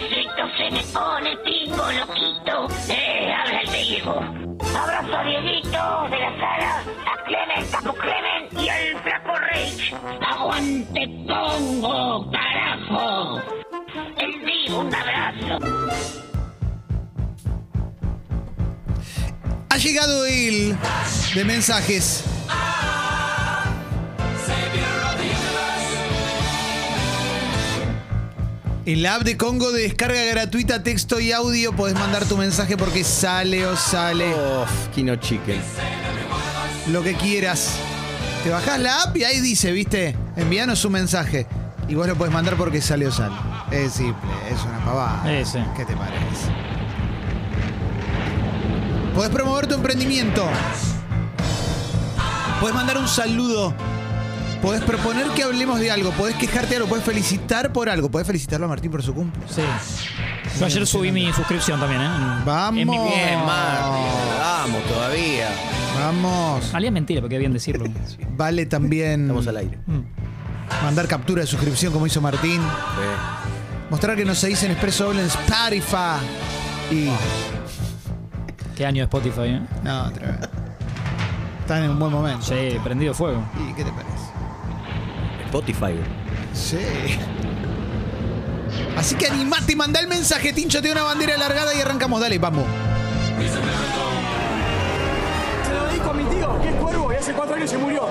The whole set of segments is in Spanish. se me pone pingo loquito. Eh, háblate, hijo. Abrazo a Dieguito de la sala, a Clement, a tu Clement y al flaco Rage. ¡Aguante, pongo, carajo! El digo un abrazo. Ha llegado el de mensajes. El app de Congo de descarga gratuita, texto y audio, podés mandar tu mensaje porque sale o sale Of, Kino Chicken. lo que quieras. Te bajás la app y ahí dice, viste, envíanos un mensaje. Y vos lo podés mandar porque sale o sale. Es simple, es una pavada. Eh, sí. ¿Qué te parece? Podés promover tu emprendimiento. Podés mandar un saludo. Podés proponer que hablemos de algo. Podés quejarte de algo. Podés felicitar por algo. Podés felicitarlo a Martín por su cumple. Sí. Yo ayer subí mi suscripción también, ¿eh? En- Vamos. en mi blog. Bien, Martín. Vamos todavía. Vamos. Salía mentira, porque bien decirlo. Vale también Estamos al aire. mandar captura de suscripción como hizo Martín. Sí. Mostrar que nos seguís en Expreso Doble en Spotify. Y. Qué año de Spotify, ¿eh? No, otra vez. Están en un buen momento. Sí, prendido fuego. ¿Y qué te parece? Spotify. Sí. Así que animate y mandá el mensaje, Tincho. Tiene una bandera alargada y arrancamos. Dale, vamos. Se lo dedico a mi tío, que es cuervo y hace cuatro años se murió.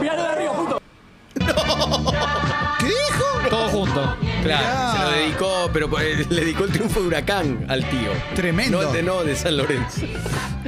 Miralo de arriba, puto. ¿Qué dijo? Todo junto. Claro, Mirá. se lo dedicó, pero eh, le dedicó el triunfo de Huracán al tío. Tremendo. No, de, no, de San Lorenzo.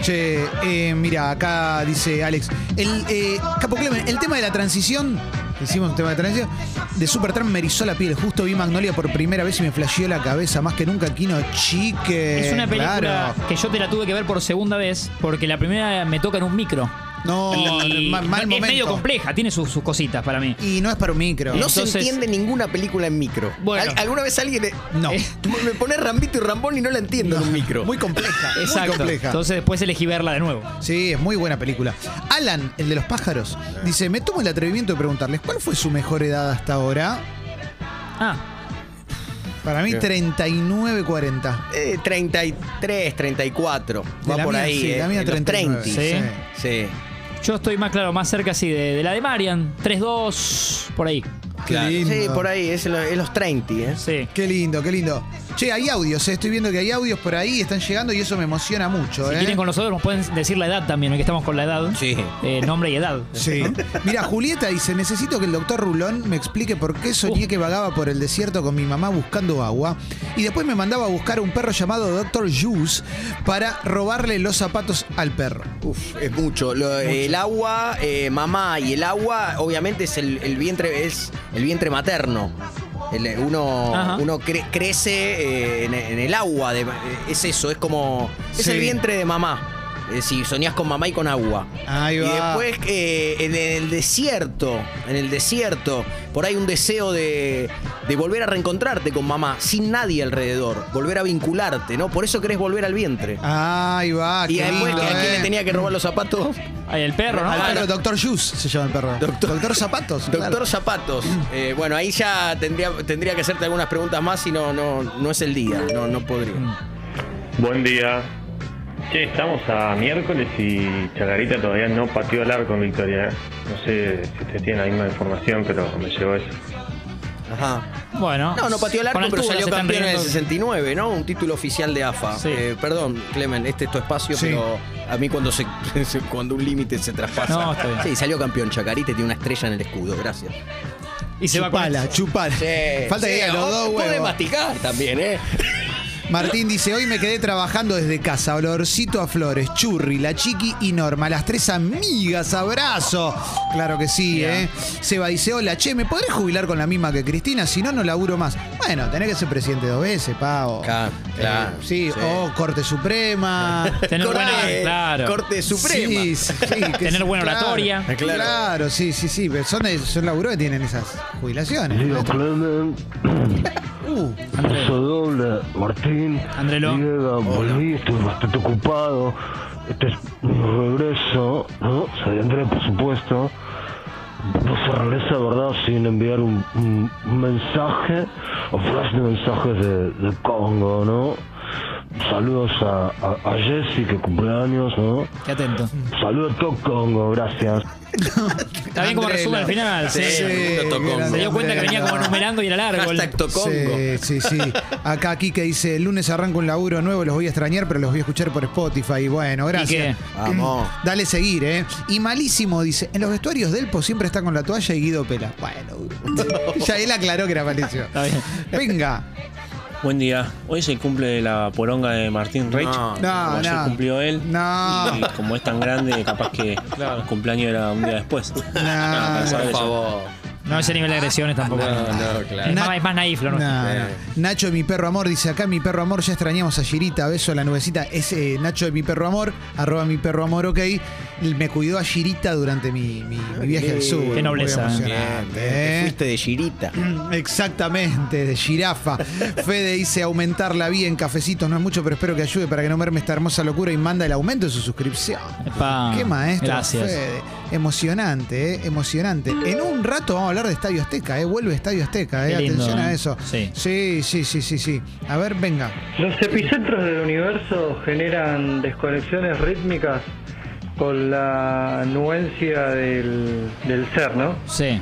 Che, eh, mira, acá dice Alex. El, eh, Capo Clemen, el tema de la transición. Hicimos un tema de transición. De Supertramp me erizó la piel. Justo vi Magnolia por primera vez y me flasheó la cabeza. Más que nunca, Kino Chique. Es una película Eh, Claro. que yo te la tuve que ver por segunda vez, porque la primera me toca en un micro. No, Y ma- Oh, mal es momento. medio compleja, tiene sus, sus cositas para mí. Y no es para un micro. No Entonces- se entiende ninguna película en micro. Bueno. Al- ¿Alguna vez alguien eh, No. eh, me pone Rambito y Rambón y no la entiendo en un micro? Muy compleja. Exacto. Muy compleja. Entonces después elegí verla de nuevo. Sí, es muy buena película. Alan, el de los pájaros, dice: Me tomo el atrevimiento de preguntarles cuál fue su mejor edad hasta ahora. Ah, Para mí, Sí. 39-40. Eh, 33, 34. De Va la por mía, ahí. sí, eh, la mía en los 39, 30. sí. Sí. yo estoy más claro, más cerca así de, de la de Marian. 3-2, por ahí. Claro. Qué lindo. Sí, por ahí, es en los, en los 30, ¿eh? Sí. Qué lindo, qué lindo. Che, hay audios, eh, estoy viendo que hay audios por ahí, están llegando y eso me emociona mucho. Si eh. quieren con nosotros nos pueden decir la edad también, que estamos con la edad. Sí. Eh, nombre y edad. Sí. Mira, Julieta dice, necesito que el doctor Rulón me explique por qué soñé que vagaba por el desierto con mi mamá buscando agua y después me mandaba a buscar a un perro llamado Doctor Juice para robarle los zapatos al perro. Uf, es mucho. Lo- El agua, eh, mamá y el agua, obviamente es el, el vientre, es el vientre materno. El- eh, uno Ajá. uno cre- crece eh, en, en el agua. de- es eso, es como. Es Sí. el vientre de mamá. Eh, si soñás con mamá y con agua. Ahí y va. después eh, en el desierto, en el desierto, por ahí un deseo de, de volver a reencontrarte con mamá, sin nadie alrededor, volver a vincularte, ¿no? Por eso querés volver al vientre. Ahí va, y qué después, lindo, ¿a quién eh. le tenía que robar los zapatos? Ay, el perro, ¿no? Al Ah, perro, no. Doctor Juice se llama el perro. Doctor, Doctor- Zapatos. Doctor claro. Zapatos. Eh, bueno, ahí ya tendría, tendría que hacerte algunas preguntas más y no, no, no es el día. No, no podría. Buen día. Che, estamos a miércoles y Chacarita todavía no pateó al arco en Victoria. ¿eh? No sé si usted tiene la misma información, pero me llegó eso. Ajá. Bueno. No, no pateó el arco, con pero altura salió se están campeón en el riendo. 69, ¿no? Un título oficial de AFA. Sí. Eh, perdón, Clemen, este es tu espacio, Sí. pero a mí cuando se cuando un límite se traspasa. No, está bien. Sí, salió campeón Chacarita y tiene una estrella en el escudo. Gracias. Y se va con este. Chupala, chupala. Falta que diga los dos Puede huevos. masticar también, ¿eh? Martín dice, hoy me quedé trabajando desde casa, olorcito a flores, churri, la chiqui y Norma, las tres amigas, abrazo. Claro que sí, Mirá. ¿eh? Seba dice, hola, che, ¿me podré jubilar con la misma que Cristina? Si no, no laburo más. Bueno, tenés que ser presidente dos veces, pavo. Eh, Claro, claro, sí, sí. o Corte Suprema. Tener buena- claro. Corte Suprema. Sí, sí, que Tener sí, buena claro. oratoria. Claro. sí, sí, sí. pero Son, de- son laburos que tienen esas jubilaciones. Diego maestro. Clemen, Uh, uso doble, Martín. Andrelo. Diego, volví, estuve bastante ocupado. Este es mi regreso, ¿no? Soy André, por supuesto. Fernández, ¿verdad? Sin enviar un, un- un mensaje o flash de mensajes de, de Congo, ¿no? Saludos a, a, a Jessy, que cumpleaños, ¿no? Qué atento. Mm, Mm. Saludos a todo Congo, gracias. Está bien como Andrés, resumen la- al final. Sí, sí. el mundo tocó. grande, Se dio cuenta que venía Andrea. como numerando y era largo. el- Hashtag Tocongo. Sí, sí, sí. Acá Kike dice, el lunes arranco un laburo nuevo, los voy a extrañar, pero los voy a escuchar por Spotify. Bueno, gracias. Quique. Vamos. Dale seguir, ¿eh? Y malísimo, dice, en los vestuarios Delpo siempre está con la toalla y Guido Pela. Bueno, ya él aclaró que era malísimo. Está bien. Venga. Buen día. Hoy es el cumple de la poronga de Martín Reich. No, Como No, ayer no. cumplió él. No, Y como es tan grande, capaz que el cumpleaños era un día después. no, Pensaba Por eso. favor. Ah, No ese nivel de agresiones tampoco. no, claro. Es Na- más, es más naif lo no, nuestro. Eh. no. Nacho, mi perro amor, dice acá, mi perro amor, ya extrañamos a Girita, beso a la nubecita. Es eh, Nacho de mi perro amor, arroba mi perro amor, ok. Y Me cuidó a Girita durante mi, mi- mi viaje al sur. Qué nobleza, Muy eh. emocionante, Te eh. fuiste de girita. Exactamente, de jirafa. Fede dice aumentar la vía en cafecitos, no es mucho, pero espero que ayude para que no merme esta hermosa locura y manda el aumento de su suscripción. Epa, Qué maestro, Ah, Gracias. Fede. Emocionante, eh, emocionante. En un rato vamos a hablar de Estadio Azteca, eh. Vuelve Estadio Azteca, eh. Qué lindo, Atención a eh. eso. Sí. sí, sí, sí, sí, sí. A ver, venga. Los epicentros del universo generan desconexiones rítmicas con la anuencia del, del ser, ¿no? Sí.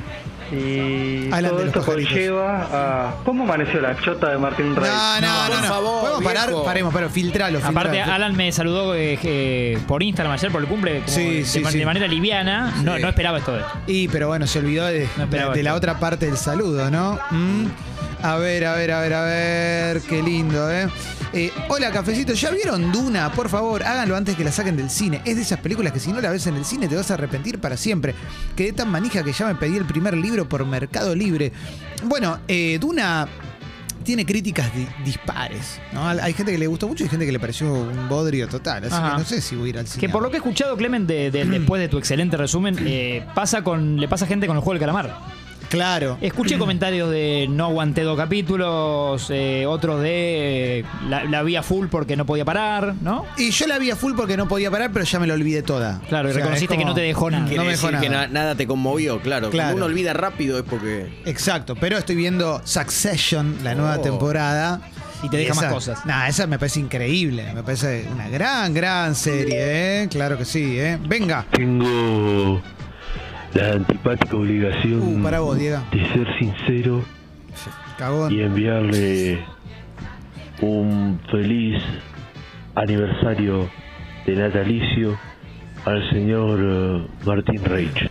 Y Alan de todo los esto pajaritos. conlleva a... ¿Cómo amaneció la chota de Martín Rey? No, no, no, por no. favor, Podemos parar, viejo. paremos, pero filtralo, filtralo. Aparte, Alan me saludó eh, eh, por Instagram ayer por el cumple como Sí, de, sí, man- sí. de manera liviana. No, no esperaba esto de Y pero bueno, se olvidó de, No esperaba de la esto. otra parte del saludo, ¿no? Mm. A ver, a ver, a ver, a ver. Qué lindo, ¿eh? Eh, Hola, cafecito. ¿Ya vieron Duna? Por favor, háganlo antes que la saquen del cine. Es de esas películas que si no la ves en el cine te vas a arrepentir para siempre. Quedé tan manija que ya me pedí el primer libro por Mercado Libre. Bueno, eh, Duna tiene críticas di- dispares. ¿no? Al- Hay gente que le gustó mucho y gente que le pareció un bodrio total. Así Ajá. que no sé si voy a ir al cine. Que por lo que he escuchado, Clemen, de- de- después de tu excelente resumen, eh, pasa con, le pasa a gente con el juego del calamar. Claro. Escuché comentarios de no aguanté dos capítulos, eh, otros de eh, la, la vi a full porque no podía parar, ¿no? Y yo la vi a full porque no podía parar, pero ya me la olvidé toda. Claro, y es reconociste que no te dejó nada. No Quiere me dejó decir que na- nada. nada te conmovió, claro. Claro. Cuando uno olvida rápido es porque. Exacto, pero estoy viendo Succession, la nueva Oh. temporada. Y te deja más esa- cosas. Nah, esa me parece increíble. Me parece una gran, gran serie, ¿eh? Claro que sí, ¿eh? Venga. Tengo la antipática obligación Uh, para vos, Diego. de ser sincero y Cagón. enviarle un feliz aniversario de natalicio al señor eh, Martín Reich.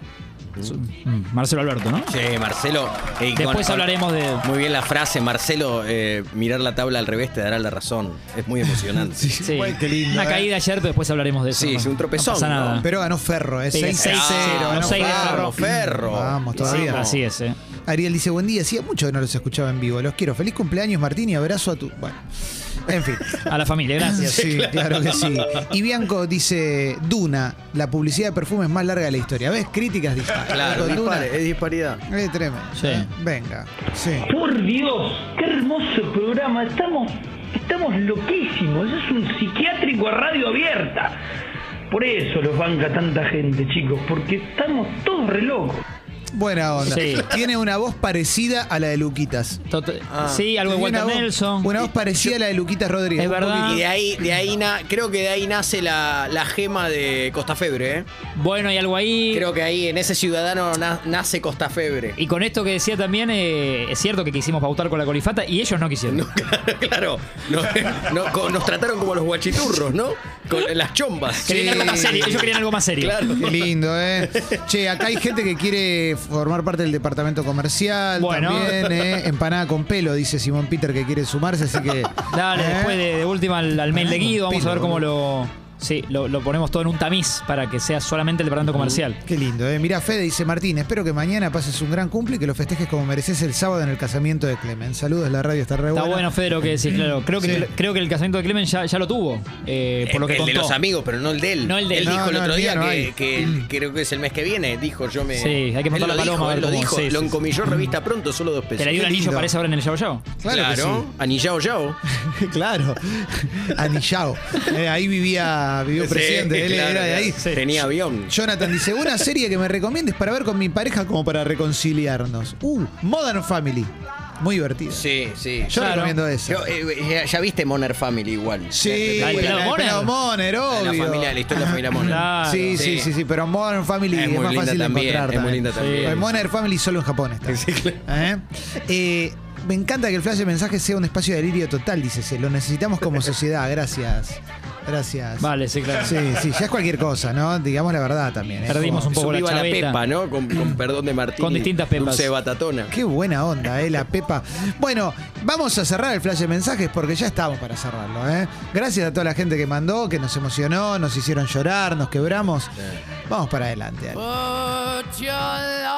Mm, Marcelo Alberto, ¿no? Che, Marcelo. ey, con- Después con- hablaremos de. Muy bien la frase, Marcelo. eh, mirar la tabla al revés te dará la razón. Es muy emocionante. Sí, Bueno, qué lindo, una eh. caída ayer, pero después hablaremos de eso. Sí, ¿no? es un tropezón, No pasa ¿no? nada. Pero ganó Ferro, ¿eh? Sí, 6-0. ah, ganó no, seis de Ferro. Ferro. Vamos, todavía. Sí, así es, ¿eh? Ariel dice, buen día, hacía mucho que no los escuchaba en vivo. Los quiero. Feliz cumpleaños, Martín, y abrazo a tu... Bueno, en fin. A la familia, gracias. Sí, claro que sí. Y Bianco dice, Duna, la publicidad de perfumes más larga de la historia. ¿Ves? Críticas dispares. Claro, Con Duna, dispare, es disparidad. Es tremendo. eh. Sí. Venga. Sí. Por Dios, qué hermoso programa. Estamos, estamos loquísimos. Es un psiquiátrico a radio abierta. Por eso los banca tanta gente, chicos, porque estamos todos re locos. Buena onda. Sí. Tiene una voz parecida a la de Luquitas. Tot- Ah. sí, algo de Tiene Walter una voz- Nelson. Una voz parecida a la de Luquitas Rodríguez. Es Un verdad. poquito. Y de ahí, de ahí na- creo que de ahí nace la, la gema de Costa Febre, ¿eh? Bueno, hay algo ahí. Creo que ahí en ese ciudadano na- nace Costa Febre. Y con esto que decía también, eh, es cierto que quisimos pautar con la colifata y ellos no quisieron. claro, no- no- co- nos trataron como los guachiturros, ¿no? Con las chombas. Querían algo más serio, ellos querían algo más serio. Claro. Qué lindo, ¿eh? Che, acá hay gente que quiere formar parte del departamento comercial. Bueno. También, ¿eh? Empanada con pelo, dice Simón Peter, que quiere sumarse, así que. Dale, ¿eh? después de, de última al, al mail de Guido, vamos a ver cómo lo. Sí, lo, lo ponemos todo en un tamiz para que sea solamente el departamento comercial. Mm. Qué lindo, ¿eh? Mirá, Fede dice Martín, espero que mañana pases un gran cumple y que lo festejes como mereces el sábado en el casamiento de Clemen. Saludos, la radio está re Está buena. bueno, Fede, lo que decís, claro. Creo que, Sí. creo que el casamiento de Clemen ya, ya lo tuvo, eh, por lo que el contó. de los amigos, pero no el de él. No el de él. él dijo No, el no, otro el día mío no que, hay. que el- creo que es el mes que viene. Dijo, yo me. Mm. Sí, hay que Él preguntarle lo a Paloma dijo, a ver él lo cómo- dijo, sí, lo sí, sí. encomilló revista pronto, solo dos pesos. Te la Mm. dio un Qué anillo, lindo. parece ahora en el Yao Yao. Claro que Anillao, yao. claro. Anillao. Eh, ahí vivía era vicepresidente, Sí, él claro, era de ahí. claro. Tenía avión. Jonathan dice, una serie que me recomiendes para ver con mi pareja como para reconciliarnos. Uh, Modern Family. Muy divertido. Sí, sí. Yo recomiendo eso. Yo, eh, ya, ya viste Moner Family igual. sí, la del pelado el Moner. pelado Moner, La, la obvio. familia, la historia de la familia Moner. Claro. Sí, sí, Sí. sí, sí, pero Modern Family Es es, muy más linda fácil de también, encontrar. es muy linda también. Porque Modern Family solo en Japón está. ¿Eh? Eh, me encanta que el flash de mensaje sea un espacio de delirio total, dice Cel. Lo necesitamos como sociedad, gracias. Gracias. Vale, sí, claro. Sí, sí, ya es cualquier cosa, ¿no? Digamos la verdad también. ¿eh? Perdimos Como- un poco la Subiva la, chaveta. pepa, ¿no? Con, con perdón de Martín. Con y distintas pepas. Dulce de batatona. Qué buena onda, ¿eh? La Pepa. Bueno, vamos a cerrar el flash de mensajes porque ya estamos para cerrarlo, ¿eh? Gracias a toda la gente que mandó, que nos emocionó, nos hicieron llorar, nos quebramos. Vamos para adelante. Ale. Put your